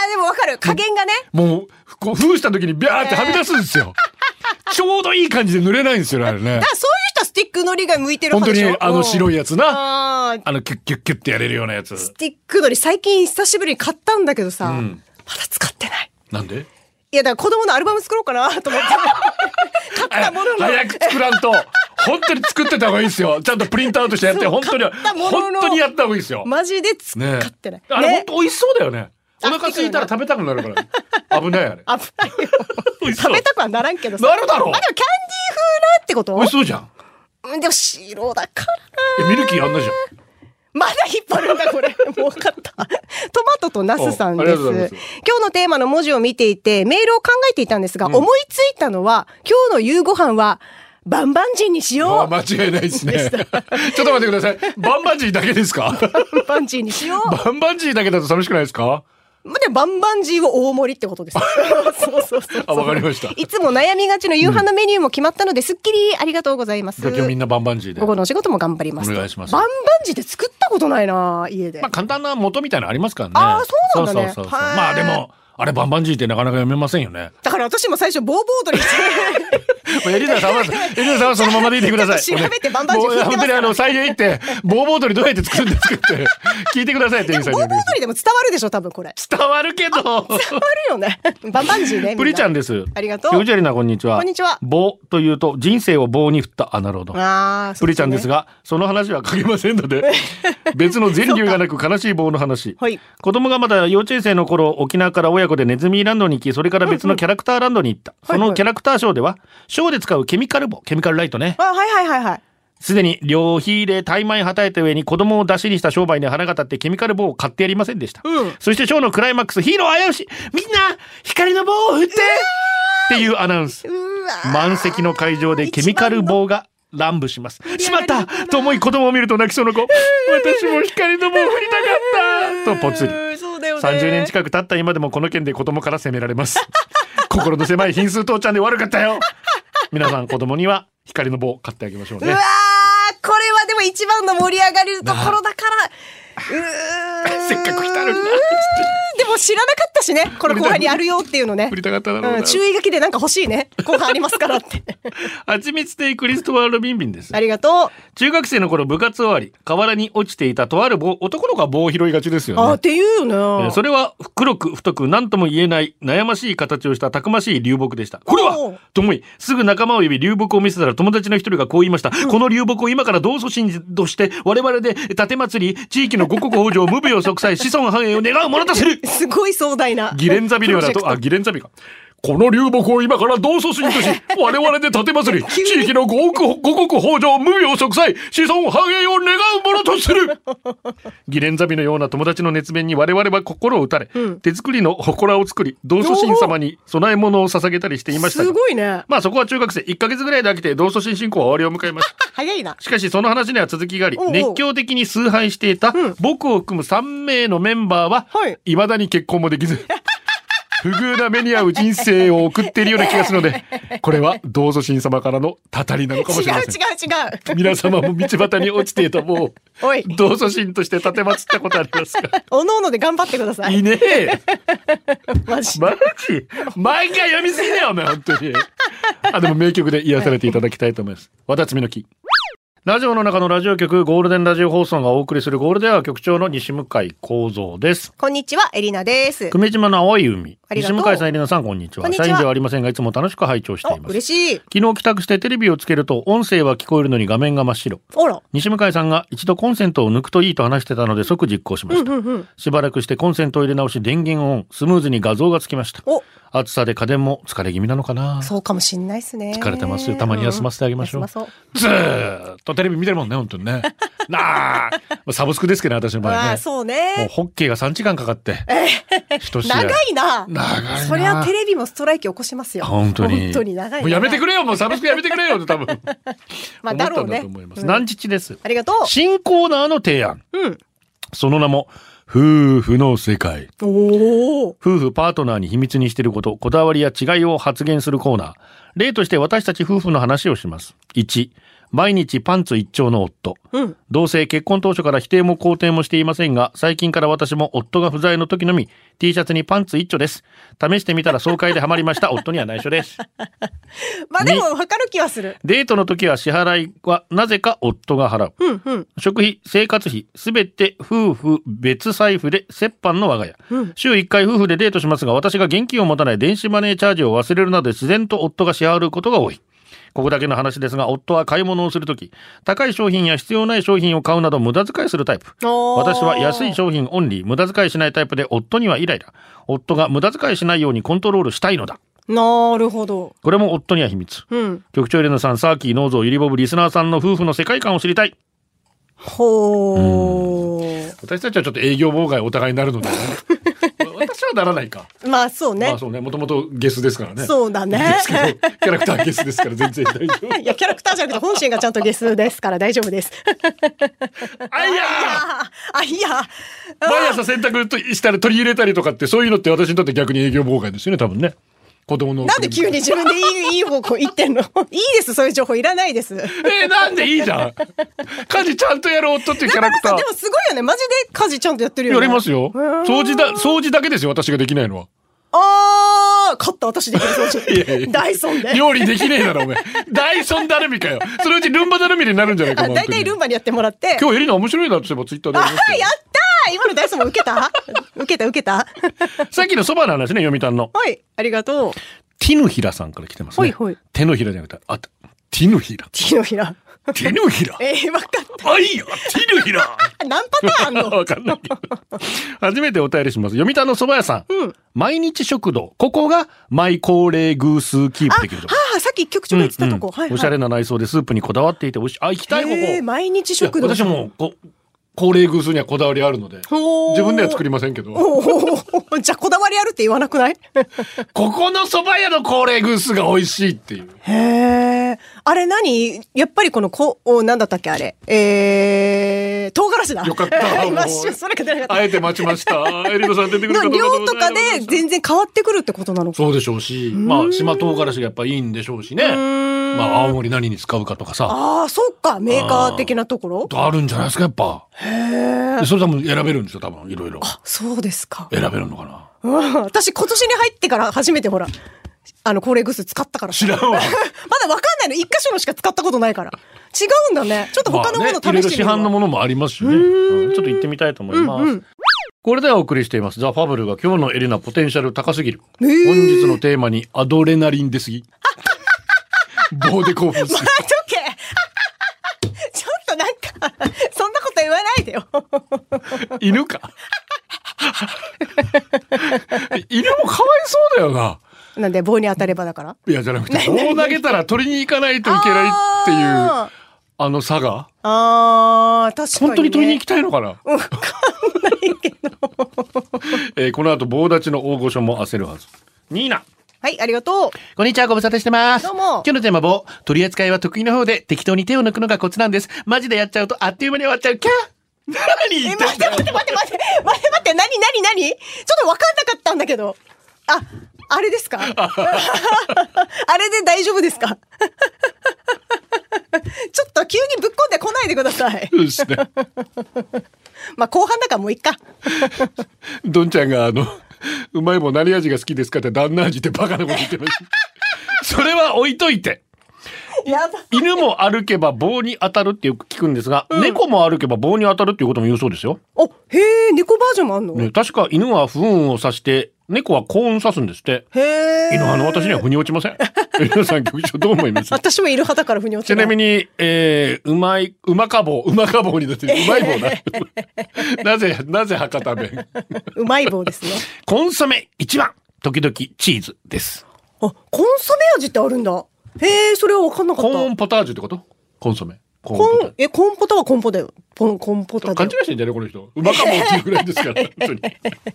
Speaker 2: ー、でもわかる。加減がね。
Speaker 1: もうこう封した時にビャーってはみ出すんです よ、ちょうどいい感じで塗れないんですよねあれね
Speaker 2: だからそういう人はスティックのりが向いてる
Speaker 1: 本当
Speaker 2: 派で
Speaker 1: に
Speaker 2: しょ
Speaker 1: あの白い
Speaker 2: や
Speaker 1: やつな
Speaker 2: あー
Speaker 1: あのキュッキュッキュッってやれるようなやつ
Speaker 2: スティックのり最近久しぶりに買ったんだけどさ、
Speaker 1: ん
Speaker 2: まだ使ってない。
Speaker 1: なんで
Speaker 2: いやだから子供のアルバム作ろうかな と思って。買ったものの。
Speaker 1: 早く作らんと本当に作ってた方がいいですよちゃんとプリントアウトしてやって
Speaker 2: そう
Speaker 1: 本当に
Speaker 2: 買ったもの
Speaker 1: 本
Speaker 2: の
Speaker 1: 当にやった方がいいですよ、
Speaker 2: マジで使
Speaker 1: ね
Speaker 2: ってない。
Speaker 1: あれ
Speaker 2: ね
Speaker 1: 本当美味しそうだよねお腹空いたら食べたくなるから。危ないあれ。
Speaker 2: あ、危ないよ。
Speaker 1: 嘘
Speaker 2: 食べたくはならんけどさ。
Speaker 1: なるだろ
Speaker 2: あ、でもキャンディー風なってこと
Speaker 1: 美味しそうじゃん。
Speaker 2: うんでも白だから
Speaker 1: えミルキーあんなじゃん。
Speaker 2: まだ引っ張るんだ これ。もう分かった。トマトとナスさん
Speaker 1: おあ
Speaker 2: で
Speaker 1: りが
Speaker 2: す。
Speaker 1: とうござい
Speaker 2: 今
Speaker 1: ます
Speaker 2: 日のテーマの文字を見ていて、メールを考えていたんですが、思いついたのは、今日の夕ご飯は、バンバンジーにし
Speaker 1: あ
Speaker 2: よ
Speaker 1: 間違いないですね。 ちょっと待ってください。バンバンジーだけですか
Speaker 2: う。バンバンジーにしよう。
Speaker 1: バンバンジーだけだと寂しくないですか
Speaker 2: まあでもバンバンジーを大盛りってことです。 そうそうそう。
Speaker 1: あ、わかりました。じゃ
Speaker 2: いつも悩みがちの夕飯のメニューも決まったので、すっきりありがとうございます。
Speaker 1: あ今日みん
Speaker 2: 午
Speaker 1: なバンバンジーで。
Speaker 2: 後
Speaker 1: ま
Speaker 2: のお仕事も頑張ります。
Speaker 1: お願いします
Speaker 2: バンバンジーって作ったことないな、家で。
Speaker 1: あ簡単な元みたいなのありますからね。
Speaker 2: あーそうなんだね
Speaker 1: そうそうそう
Speaker 2: はい
Speaker 1: まあでも、あれバンバンジーってなかなか読めませんよ ね。
Speaker 2: だから私も最初、ボーボードに して。
Speaker 1: もうエリザさん は、エリザさんはそのままでいてください。
Speaker 2: ちょっと調べてバンバンジー
Speaker 1: もう
Speaker 2: 振ってま
Speaker 1: 本当
Speaker 2: すか
Speaker 1: に
Speaker 2: ら
Speaker 1: あの、採用行って、ボーボー鳥どうやって作るんですかって、聞いてくださいって、エリ ザさん
Speaker 2: ボ
Speaker 1: に
Speaker 2: ーボー鳥でも伝わるでしょ、多分これ。
Speaker 1: 伝わるけど。
Speaker 2: 伝わるよね。バンバンジーね。みな
Speaker 1: プリちゃんです。
Speaker 2: ありがとう
Speaker 1: ヨジェリナ、こんにちは。
Speaker 2: こんにちは
Speaker 1: 棒というと、人生を棒に振った、あ、なるほど。
Speaker 2: ああ、
Speaker 1: プリちゃんです
Speaker 2: が。
Speaker 1: が、その話は書けません ので、別の前流がなく悲しい棒の話。
Speaker 2: はい。
Speaker 1: 子供がまだ幼稚園生の頃、沖縄から親子でネズミランドに行き、それから別のキャラクターランドに行った。
Speaker 2: はいはい
Speaker 1: そのキャラクターショーでは、ショーで使うケミカル棒、ケミカルライトね。
Speaker 2: あ、はいはいはいはい。
Speaker 1: すでに両ひで大枚はたいた上に子供を出しにした商売に腹が立ってケミカル棒を買ってやりませんでした。
Speaker 2: うん
Speaker 1: そしてショーのクライマックス、ヒーロー危うしみんな光の棒を振ってっていうアナウンス。
Speaker 2: うわー
Speaker 1: 満席の会場でケミカル棒が乱舞します。しまったと思い子供を見ると泣きそうな子。私も光の棒を振りたかったとぽつり。
Speaker 2: そうだよね。
Speaker 1: 30年近く経った今でもこの件で子供から責められ ます。心の狭い品数父ちゃんで悪かったよ。皆さん子供には光の棒を買ってあげましょう
Speaker 2: う
Speaker 1: ね
Speaker 2: わ。ーこれはでも一番の盛り上がるところだから。うーん
Speaker 1: せっかく来たのにな
Speaker 2: うーんでも知らなかったしね。これ後半にあるよっていうのね
Speaker 1: 振。りたかっただろう
Speaker 2: う、。
Speaker 1: なん
Speaker 2: 注意書きでなんか欲しいね。後半ありますか らって。
Speaker 1: はちみつでクリストワール・ビンビンです
Speaker 2: あ。りがとう。
Speaker 1: 中学生の頃部活終わり、河原に落ちていたとある棒、男の子は棒を拾いがちですよ
Speaker 2: あー
Speaker 1: ね
Speaker 2: っ。ていうよ
Speaker 1: え
Speaker 2: ね。
Speaker 1: ーそれは黒く太く何とも言えない悩ましい形をしたたくましい流木でした。これ
Speaker 2: お
Speaker 1: は
Speaker 2: う
Speaker 1: と思い、すぐ仲間を呼び流木を見せたら友達の一人がこう言いました。この流木を今から同祖神として我々で盾祭り、地域の五穀豊穣、無病息災、子孫繁栄を願うものとする
Speaker 2: すごい壮大な。
Speaker 1: ギレンザビのようなと、あ、ギレンザビか。この流木を今から同祖神 とし、我々で盾祭り、地域の五穀、五穀豊穣、無病息災、子孫繁栄を願うものとす るギレンザビのような友達の熱弁に我々は心を打たれ、手作りの祠を作り、同祖神様に供え物を捧げたりしていました
Speaker 2: す
Speaker 1: が、
Speaker 2: ごいね。
Speaker 1: まあそこは中学生1ヶ月ぐらいで飽きて同祖神信仰は終わりを迎えました。
Speaker 2: 早いな。
Speaker 1: しかしその話には続きがあり
Speaker 2: おうおう
Speaker 1: 熱狂的に崇拝していた
Speaker 2: うん
Speaker 1: 僕を含む3名のメンバーは
Speaker 2: はい
Speaker 1: いまだに結婚もで きず不遇な目に遭う人生を送っているような気がするのでこれはどうぞ神様からのたたりなのかも
Speaker 2: 違う違
Speaker 1: しれません
Speaker 2: う違う。
Speaker 1: 皆様も道端に落ちていたも
Speaker 2: おい、
Speaker 1: う同祖神として立てまつったことありますか
Speaker 2: おのおので頑張ってください。
Speaker 1: いねえ
Speaker 2: マジ。
Speaker 1: マジ毎回読みすぎだよお前本当にあでも名曲で癒されていただきたいと思いますわたつみの木ラジオの中のラジオ局ゴールデンラジオ放送がお送りするゴールデンは局長の西向井光三です
Speaker 2: こんにちは、エリナです。
Speaker 1: 久米島の青い海
Speaker 2: あり
Speaker 1: 西
Speaker 2: がとう
Speaker 1: 向井さんエリナさんこんにちは
Speaker 2: こんにちは
Speaker 1: 社員ではありませんがいつも楽しく拝聴しています
Speaker 2: 嬉しい。
Speaker 1: 昨日帰宅してテレビをつけると音声は聞こえるのに画面が真っ白
Speaker 2: あら。
Speaker 1: 西向井さんが一度コンセントを抜くといいと話してたので即実行しました、
Speaker 2: うんうん。
Speaker 1: しばらくしてコンセントを入れ直し電源をオンスムーズに画像がつきました
Speaker 2: お、
Speaker 1: 暑さで家電も疲れ気味なのかな
Speaker 2: そうかもしんないですね。
Speaker 1: 疲れてますよたまに休ませてあげましょう
Speaker 2: うん休まそ
Speaker 1: ずーっとテレビ見てるもんね本当に ねなあサブスクですけどね私の場合
Speaker 2: あ
Speaker 1: ね
Speaker 2: あ、そう
Speaker 1: もう
Speaker 2: ね。
Speaker 1: ホッケーが3時間かか って一試合
Speaker 2: 長いな。
Speaker 1: 長いな
Speaker 2: そりゃテレビもストライキ起こしますよ。
Speaker 1: 本当に
Speaker 2: 本当に長いな。
Speaker 1: もうやめてくれよもうサブスクやめてくれよって多分
Speaker 2: まあ、だろう
Speaker 1: 思ったんだ
Speaker 2: ね
Speaker 1: と思いま。す、
Speaker 2: うん
Speaker 1: 南父です
Speaker 2: ありがと
Speaker 1: 新コーナーの提案
Speaker 2: う。うん。
Speaker 1: その名も夫婦の世界
Speaker 2: おお。
Speaker 1: 夫婦パートナーに秘密にしていること、こだわりや違いを発言するコーナー。例として私たち夫婦の話をします。1、毎日パンツ一丁の夫。
Speaker 2: うん。
Speaker 1: 同性結婚当初から否定も肯定もしていませんが、最近から私も夫が不在の時のみ、T シャツにパンツ一丁です。試してみたら爽快でハマりました。夫には内緒です。
Speaker 2: まあでも、わかる気はする。
Speaker 1: デートの時は支払いはなぜか夫が払う。
Speaker 2: うんうん。
Speaker 1: 食費、生活費、すべて夫婦別財布で折半の我が家。
Speaker 2: うん
Speaker 1: 週1回夫婦でデートしますが、私が現金を持たない電子マネーチャージを忘れるなどで自然と夫が支払うことが多い。ここだけの話ですが夫は買い物をするとき高い商品や必要ない商品を買うなど無駄遣いするタイプ
Speaker 2: おー
Speaker 1: 私は安い商品オンリー無駄遣いしないタイプで夫にはイライラ夫が無駄遣いしないようにコントロールしたいのだ
Speaker 2: なるほど。
Speaker 1: これも夫には秘密
Speaker 2: うん。
Speaker 1: 局長エレナさんサーキーノーゾーゆりボブリスナーさんの夫婦の世界観を知りたい
Speaker 2: ほー。
Speaker 1: 私たちはちょっと営業妨害お互いになるの で、ね、私はならないか、
Speaker 2: まあそうね。
Speaker 1: まあそうねもともとゲスですからね
Speaker 2: そうだね。
Speaker 1: ですけどキャラクターゲスですから全然大丈夫
Speaker 2: いや、キャラクターじゃなくて本心がちゃんとゲスですから大丈 夫です。
Speaker 1: あいや
Speaker 2: ああ、いや。
Speaker 1: ー毎朝洗濯としたら取り入れたりとかってそういうのって私にとって逆に営業妨害ですよね多分ね子供の
Speaker 2: なんで急に自分でいい いい方向行ってんのいいです、そういう情報いらないです。
Speaker 1: えー、なんでいいじゃん家事ちゃんとやる夫っていうキャラ
Speaker 2: 中
Speaker 1: クター
Speaker 2: 野さん、でもすごいよね。マジで家事ちゃんとやってるよ
Speaker 1: や
Speaker 2: ね。
Speaker 1: りますよ掃除だ掃除だけですよ私ができないのは
Speaker 2: あー、勝った私できる掃除。
Speaker 1: いやいや
Speaker 2: ダイソンで。
Speaker 1: 料理できねえだろお前ダイソン頼みかよそのうちルンバ頼みになるんじゃないか
Speaker 2: あ
Speaker 1: お前
Speaker 2: 大体ルンバにやってもらって。
Speaker 1: 今日エリナ面白いなとすればツイッターで
Speaker 2: あ
Speaker 1: や
Speaker 2: や
Speaker 1: り
Speaker 2: っ
Speaker 1: ましたよ
Speaker 2: たー今のダイソンも受けた受けた受けた
Speaker 1: さっきのそばの話ね読谷の
Speaker 2: はい、ありが とう。
Speaker 1: 手のひらさんから来てますね
Speaker 2: ほいほい
Speaker 1: 手のひらじゃなくてあ手のひら
Speaker 2: 手のひら。
Speaker 1: 手のひら
Speaker 2: えー、わかっ
Speaker 1: あいや手のひら
Speaker 2: た。何パターンあん の
Speaker 1: わかんないけど。初めてお便りします。読谷の蕎麦屋さん。毎日食堂。ここがマイ恒例偶数キープできるとこ。
Speaker 2: はあ、さっき局長が言ってたとこ。はい、はい。
Speaker 1: おしゃれな内装でスープにこだわっていて美味しい。あ、行きたいここ。
Speaker 2: へー毎日食
Speaker 1: い
Speaker 2: 堂。
Speaker 1: や私もこ恒例偶数にはこだわりあるので。
Speaker 2: ほー
Speaker 1: 自分では作りませんけど。こ
Speaker 2: おーじゃあこだわりあるって言わなくない
Speaker 1: この蕎麦屋の恒例偶数が美味しいっていう。
Speaker 2: へえ。あれ何やっぱりこのこ、お、なんだったっけあれ。えー、唐辛子だ。
Speaker 1: よかった。
Speaker 2: 今
Speaker 1: もう
Speaker 2: 一瞬それが出なかった。
Speaker 1: あえて待ちま した。エリコさん出てくるかどう
Speaker 2: の
Speaker 1: かと思
Speaker 2: 量
Speaker 1: って
Speaker 2: とかで全然変わってくるってことなのか。
Speaker 1: そうでしょうし、まあ、島唐辛子がやっぱいいんでしょうしね。まあ、青森何に使うかとかさ、
Speaker 2: ああ、そっか。メーカー的なところ。
Speaker 1: あるんじゃないですか、やっぱ。でそれ多分選べるんですよ、多分、いろいろ。
Speaker 2: そうですか。
Speaker 1: 選べるのかな。
Speaker 2: うん私今年に入ってから初めてほら、あの、高齢グス使ったから。
Speaker 1: 知らんわ
Speaker 2: まだわかんないの。一箇所のしか使ったことないから。違うんだね。ちょっと他のもの
Speaker 1: まあねいろい
Speaker 2: 試
Speaker 1: ろ
Speaker 2: して
Speaker 1: 市
Speaker 2: みる
Speaker 1: 販
Speaker 2: わ。
Speaker 1: のものもありますしね。うんちょっと行ってみたいと思います。これではお送りしています。ザ・ファブルが今日のエレナポテンシャル高すぎる。本日のテーマにアドレナリン出 すぎ。棒で興奮す
Speaker 2: 待
Speaker 1: る。
Speaker 2: っとけちょっとなんか、そんなこと言わないで よ。
Speaker 1: 犬か。犬もかわいそうだよな。
Speaker 2: なんで棒に当たればだから。
Speaker 1: いや、じゃなくて、棒を投げたら取りに行かないといけないっていう、あ
Speaker 2: あ
Speaker 1: の差が。
Speaker 2: ーあー、確かに、ね。
Speaker 1: 本当に取りに行きたいのかな、
Speaker 2: わかんないけど。
Speaker 1: えーこの後、棒立ちの大御所も焦るはず。ニーナ。
Speaker 2: はい、ありがとう。
Speaker 3: こんにちは、ご無沙汰してます。
Speaker 2: どうも
Speaker 3: 今日のテーマ、棒。取り扱いは得意の方で、適当に手を抜くのがコツなんです。マジでやっちゃうと、あっという間に終わっちゃう。キャ ー何
Speaker 2: え、
Speaker 3: 言ってん
Speaker 2: 待って
Speaker 3: だよ
Speaker 2: 待って待って待って待って待って、何何何ちょっと分かんなかったんだけど。あ、あれですか あれで大丈夫ですか ちょっと急にぶっこんでこないでください。
Speaker 1: そうですね。
Speaker 2: まあ後半だからもういっか。
Speaker 1: どんちゃんがあの、 うまい棒何味が好きですかって旦那味ってバカなこと言ってました。それは置いといて。
Speaker 2: やば。
Speaker 1: 犬も歩けば棒に当たるってよく聞くんですが、猫も歩けば棒に当たるっていうことも言うそうですよ。
Speaker 2: お、へえ、猫バージョンもあんの、
Speaker 1: ね、確か犬は不運を指して、猫は幸運を指すんですって。
Speaker 2: へえ。
Speaker 1: 犬はあの私には腑に落ちません。皆さん局長どう思い ます
Speaker 2: 私もいる派だから腑に落ち
Speaker 1: ち
Speaker 2: ない。
Speaker 1: なみに、えー、うまい、うまか棒、うまか棒にだって、うまい棒だ。なぜ、なぜ博多弁。
Speaker 2: うまい棒ですね。
Speaker 1: コンソメ一番、時々チーズです。
Speaker 2: あ、コンソメ味ってあるんだ。へえ、それは分かんなか
Speaker 1: コ
Speaker 2: った。
Speaker 1: ーンポタージュってことコンソメ。コーンポ
Speaker 2: コ
Speaker 1: ター
Speaker 2: ン、え、コンポタはコンポだよ。コンコンポタ
Speaker 1: ジュ。
Speaker 2: だ
Speaker 1: 勘
Speaker 2: よ。
Speaker 1: 違いしてんじゃねこの人。うまか棒っていうぐらい ですから、本当に。
Speaker 2: でもいっぱ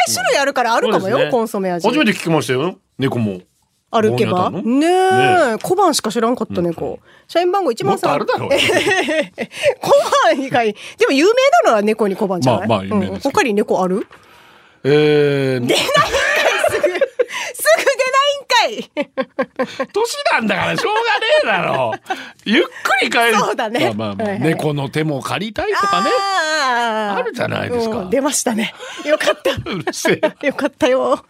Speaker 2: い種類あるからあるか
Speaker 1: そ
Speaker 2: もよ、
Speaker 1: うですね
Speaker 2: コンソメ味。
Speaker 1: 初めて聞きましたよ。猫も。
Speaker 2: 歩けば。
Speaker 1: 棒に当
Speaker 2: ね
Speaker 1: たるの
Speaker 2: え、小判しか知らんかったね、こう。社員番号一
Speaker 1: も
Speaker 2: 番
Speaker 1: っと
Speaker 2: さ
Speaker 1: あ
Speaker 2: ん。
Speaker 1: るだろう。
Speaker 2: 小判以外。でも有名なのは猫に小判じゃない
Speaker 1: まあまあ有名ですけど
Speaker 2: うん他に猫ある
Speaker 1: えー、
Speaker 2: すぐ、すぐ出ないんかい
Speaker 1: 年なんだからしょうがねえだろう。ゆっくり帰る。
Speaker 2: そうだ
Speaker 1: ま
Speaker 2: ね
Speaker 1: あまあまあ
Speaker 2: はいはい
Speaker 1: 猫の手も借りたいとかね。
Speaker 2: あー
Speaker 1: あるじゃないですか
Speaker 2: うん出ましたね。よかった。
Speaker 1: うるせえ。
Speaker 2: よかったよ。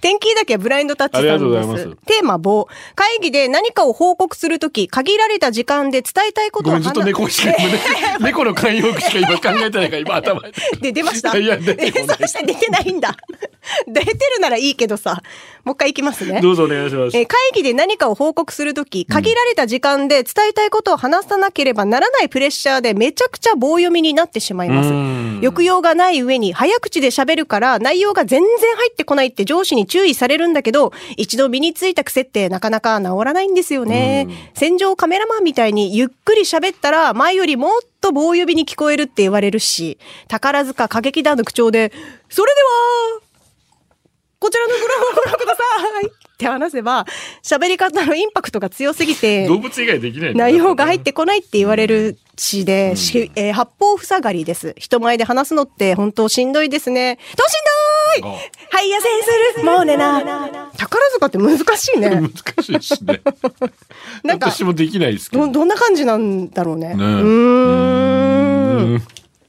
Speaker 2: 天気だけはブラインドタッチさんです。
Speaker 1: ありがとうございます
Speaker 2: テーマ棒。会議で何かを報告するとき、限られた時間で伝えたいこと
Speaker 1: ご
Speaker 2: を
Speaker 1: めん、
Speaker 2: 話
Speaker 1: ずっと猫しか今ね、 猫 の慣用句しか今考えてないから、今頭に。
Speaker 2: で、出ました。
Speaker 1: いや出てこない
Speaker 2: えそして出てないんだ。出てるならいいけどさ。もう一回いきますね。
Speaker 1: どうぞお願いします。
Speaker 2: えー会議で何かを報告するとき、限られた時間で伝えたいことを話さなければならないプレッシャーでめちゃくちゃ棒読みになってしまいます。抑揚がない上に早口で喋るから内容が全然入ってこないって上司に注意されるんだけど、一度身についた癖ってなかなか治らないんですよね。戦場カメラマンみたいにゆっくり喋ったら前よりもっと棒読みに聞こえるって言われるし、宝塚歌劇団の口調で、それでは、こちらのグラフをご覧くださいって話せば、喋り方のインパクトが強すぎて、
Speaker 1: 動物以外できないんだ
Speaker 2: 内容が入ってこないって言われるしで、しえー八方塞がりです。人前で話すのって本当しんどいですね。としんどいはい、痩せするもうねな宝塚って難しいね。
Speaker 1: 難しいですね。
Speaker 2: なんか、
Speaker 1: 私もできないですけど。
Speaker 2: ど、
Speaker 1: ね
Speaker 2: どんな感じなんだろうね。う
Speaker 1: え
Speaker 2: ーん。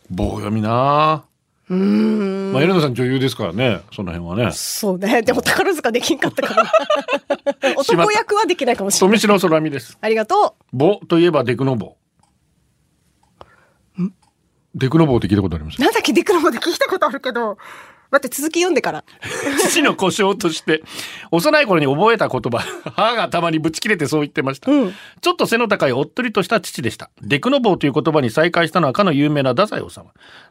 Speaker 1: 棒読みなうまあ、エレナさん女優ですからね、その辺はね。
Speaker 2: そうね。でも宝塚できんかっ たから。男役はできないかもしれな
Speaker 1: 富
Speaker 2: い。
Speaker 1: 城空美です。
Speaker 2: ありがとう。
Speaker 1: 棒といえばデクノボウ。デクノボウって聞いたことあります
Speaker 2: なんだっけ、デクロまで聞いたことあるけど。待って、続き読んでから。
Speaker 1: 父の故障として幼い頃に覚えた言葉 母がたまにぶち切れてそう言ってました、
Speaker 2: うん
Speaker 1: ちょっと背の高いおっとりとした父でしたデクノボウという言葉に再会したのはかの有名な太宰治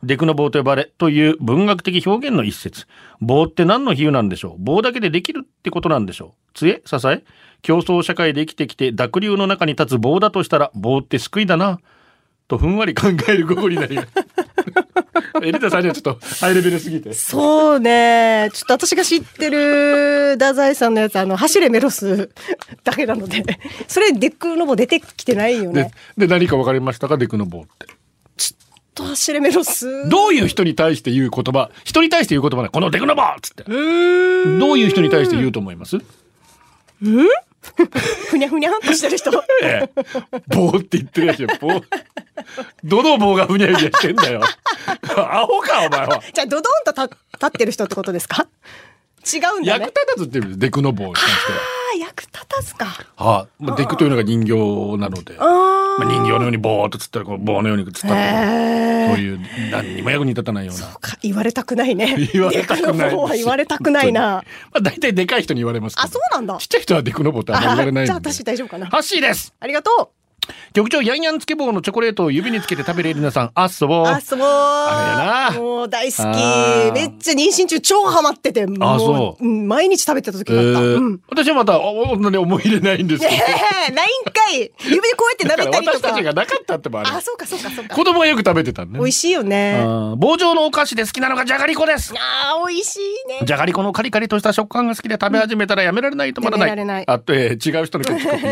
Speaker 1: デクノボウと呼ばれという文学的表現の一節棒って何の比喩なんでしょう棒だけでできるってことなんでしょう杖支え競争社会で生きてきて濁流の中に立つ棒だとしたら棒って救いだなとふんわり考える午後になります エリタさんにはちょっとハイレベルすぎて
Speaker 2: そうね。ちょっと私が知ってる、太宰さんのやつ、あの、走れメロスだけなので。それ、デクロボ出てきてないよ
Speaker 1: で
Speaker 2: ね。
Speaker 1: で何か分かりましたかデクノボーって
Speaker 2: と、走れメロス。
Speaker 1: どういう人に対して言う言葉人に対して言う言葉ねこのデクノボーっつって
Speaker 2: うーん。
Speaker 1: どういう人に対して言うと思います
Speaker 2: ふにゃふにゃんとしてる 人。
Speaker 1: ええ棒って言ってるやつよ棒どの棒がふにゃふにゃしてんだよアホかお前は
Speaker 2: じゃあ、ドドンと立立ってる人ってことですか違うんだ
Speaker 1: 役
Speaker 2: ね
Speaker 1: 立。たずって言うんですデクノボーに関しては
Speaker 2: ああ、役立たずか。
Speaker 1: はいまあ、デクというのが人形なので
Speaker 2: あ
Speaker 1: まあ、人形のようにボーっとつったらこう棒のようにつった
Speaker 2: あ。
Speaker 1: ら
Speaker 2: へ
Speaker 1: そ
Speaker 2: ー
Speaker 1: ういう何にも役に立たないような
Speaker 2: か言われたくないね。
Speaker 1: 言われたく
Speaker 2: デ
Speaker 1: ない
Speaker 2: カの方は言われたくないな。
Speaker 1: まあ大体でかい人に言われますけど
Speaker 2: あ、そうなんだ
Speaker 1: ちっ。ちゃい人はデクノボーってあんまり言われないんで
Speaker 2: あじゃあ私大丈夫かな。
Speaker 1: ハッシーです
Speaker 2: ありがと。
Speaker 1: 局長ヤンヤンつけ棒のチョコレートを指につけて食べれる皆さんあっそうう
Speaker 2: あ、そう。あ
Speaker 1: れやな
Speaker 2: もう大好き
Speaker 1: あー。
Speaker 2: めっちゃ妊娠中超ハマってて、も
Speaker 1: あそう
Speaker 2: うん毎日食べてた時
Speaker 1: え
Speaker 2: があった。う
Speaker 1: ー
Speaker 2: ん。
Speaker 1: 私はまたお女に思い入れないんですけ
Speaker 2: ねえ、ないんかい。指でこうやって
Speaker 1: どだから
Speaker 2: 舐めたりと
Speaker 1: 私た
Speaker 2: か
Speaker 1: ち。がなかったってもある
Speaker 2: あ、そうかそうかそうか
Speaker 1: 子。供はよく食べてたね
Speaker 2: 美味しいよね。
Speaker 1: あー棒状のお菓子で好きなのがじゃがりこです
Speaker 2: あー、美味しいね。
Speaker 1: じゃがりこのカリカリとした食感が好きで食べ始めたらやめられないとまらな
Speaker 2: やめられない
Speaker 1: い。あっと、えー違う人の口コミ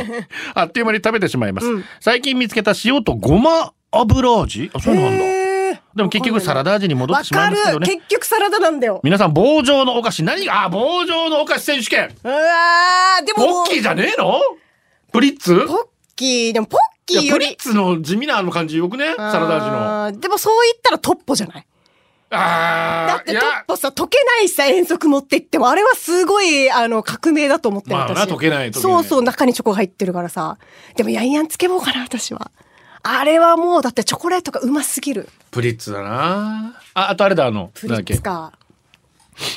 Speaker 1: あっという間に食べてしまいます。最近見つけた塩とごま油味あ、そうなんだ。
Speaker 2: へー
Speaker 1: でも結局サラダ味に戻ってしまいますけど
Speaker 2: わか
Speaker 1: ね。
Speaker 2: る結局サラダなんだよ。
Speaker 1: 皆さん、棒状のお菓子何が、あ、棒状のお菓子選手権
Speaker 2: うわー、でもも
Speaker 1: ポ
Speaker 2: う
Speaker 1: ッキーじゃねえのプリッツ
Speaker 2: ポッキー、でもポッ
Speaker 1: い
Speaker 2: キー
Speaker 1: や
Speaker 2: よ
Speaker 1: プリッ
Speaker 2: り。
Speaker 1: ツの地味なあの感じよくねサラダ味のあ
Speaker 2: 味の。でもそう言ったらトッポじゃないだ
Speaker 1: あ
Speaker 2: っ
Speaker 1: ーい
Speaker 2: て
Speaker 1: や
Speaker 2: トッポさ、溶けないさ、遠足持ってっても、あれはすごい、あの、革命だと思ってる
Speaker 1: まあな溶けない溶けない
Speaker 2: そうそう、中にチョコが入ってるからさ。でも、ヤンヤンつけ棒かな、私は。あれはもう、だってチョコレートがうますぎる。
Speaker 1: プリッツだなああとあれだあの
Speaker 2: プリッツか。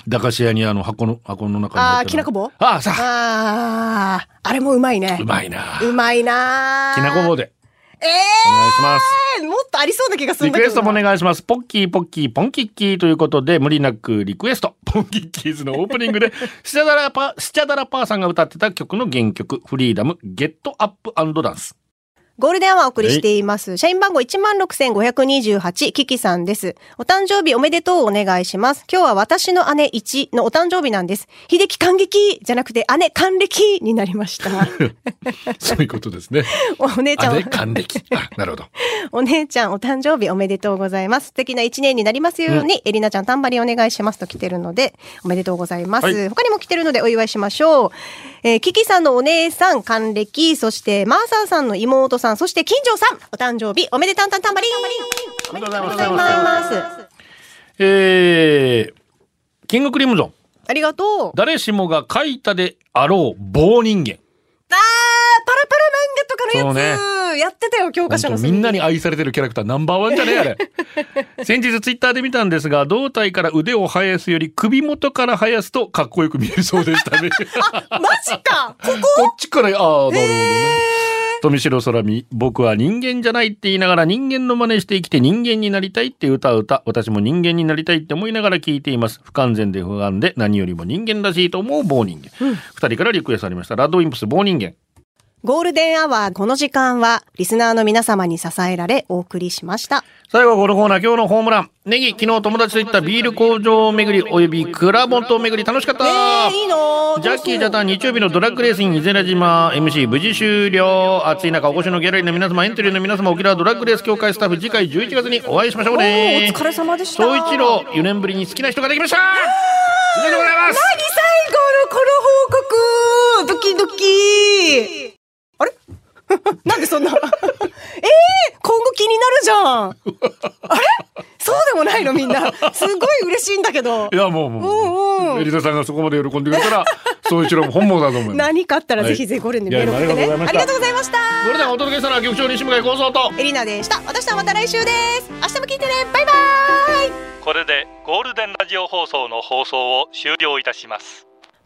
Speaker 1: 駄菓子屋にあの箱の箱の中に
Speaker 2: あ
Speaker 1: 入ってる
Speaker 2: ー、きなこ棒
Speaker 1: ああさあ
Speaker 2: あー、あれもうまいね
Speaker 1: う。まいな
Speaker 2: うまいなー
Speaker 1: きなこ棒で
Speaker 2: え
Speaker 1: お願いします
Speaker 2: えー、もっとありそうな気がする
Speaker 1: リ
Speaker 2: んだ
Speaker 1: ク
Speaker 2: けど
Speaker 1: エ
Speaker 2: な。
Speaker 1: ストもお願いします。ポッキーポッキーポンキッキーということで、無理なくリクエスト。ポンキッキーズのオープニング で、スチャダラパ、スチャダラパーさんが歌ってた曲の原曲、フリーダム、ゲットアップダンス。
Speaker 2: ゴールデンはお送りしています。社員番号16,528、キキさんです。お誕生日おめでとうお願いします。今日は私の姉1のお誕生日なんです。秀樹感激じゃなくて姉還暦になりま した。
Speaker 1: そういうことですね。
Speaker 2: お姉ちゃ
Speaker 1: あ
Speaker 2: ん
Speaker 1: れ、還 暦。あ、なるほど。
Speaker 2: お姉ちゃんお誕生日おめでとうございます。素敵な一年になりますように、えりなちゃんたんばりお願いしますと来てるので、おめでとうございます。
Speaker 1: はい
Speaker 2: 他にも来てるのでお祝いしましょう。えーキキさんのお姉さん、還暦、そしてマーサーさんの妹さん、そして金城さん、お誕生日おめでたんたんたんばりおめでとうございます。
Speaker 1: えー、キングクリムゾン。
Speaker 2: ありがとう。
Speaker 1: 誰しもが書いたであろう棒人間。
Speaker 2: あー、パラパラ漫画とかのやつ。
Speaker 1: そうね
Speaker 2: やってたよ、教科書の
Speaker 1: 本当みんなに愛されてるキャラクターナンバーワンじゃねえ あれ先日ツイッターで見たんですが胴体から腕を生やすより首元から生やすとかっこよく見えるそうでした ね
Speaker 2: マジかここ
Speaker 1: こっちから、ああ、なるほどね。富城空見、僕は人間じゃないって言いながら人間の真似して生きて人間になりたいって歌う歌、私も人間になりたいって思いながら聞いています。不完全で不安で何よりも人間らしいと思う棒人間。二、人からリクエストありました。ラッドウィンプス棒人間。
Speaker 2: ゴールデンアワー、この時間は、リスナーの皆様に支えられ、お送りしました。
Speaker 1: 最後はこのコーナー、今日のホームラン。ネギ、昨日友達と行ったビール工場巡り、およびクラボント巡り、楽しかった、
Speaker 2: えー、いいの
Speaker 1: ジャッキージャタン日曜日のドラッグレースイン伊勢名島 MC 無事終了暑い中お越しのギャラリーの皆様エントリーの皆様沖縄ドラッグレース協会スタッフ次回11月にお会いしましょうね
Speaker 2: お疲れ様でした
Speaker 1: 総一郎4年ぶりに好きな人ができました以上でございます
Speaker 2: 何最後のこの報告ドキドキあれ なんでそんな えー、今後気になるじゃんあれそうでもないのみんなすごい嬉しいんだけど
Speaker 1: いやもうもう、
Speaker 2: うんうん
Speaker 1: エリザさんがそこまで喜んでくれたら総一郎も本望だと思い ます
Speaker 2: 何かあったらぜひぜひゴールデンでメール送って
Speaker 1: いやい
Speaker 2: ね
Speaker 1: やあ
Speaker 2: あ
Speaker 1: り
Speaker 2: り
Speaker 1: が
Speaker 2: が
Speaker 1: と
Speaker 2: と
Speaker 1: う
Speaker 2: うございました
Speaker 1: それではお届けしたのは局長西村幸三と
Speaker 2: エリナでした私とはまた来週です明日も聞いてねバイバイ
Speaker 4: これでゴールデンラジオ放送の放送を終了いたします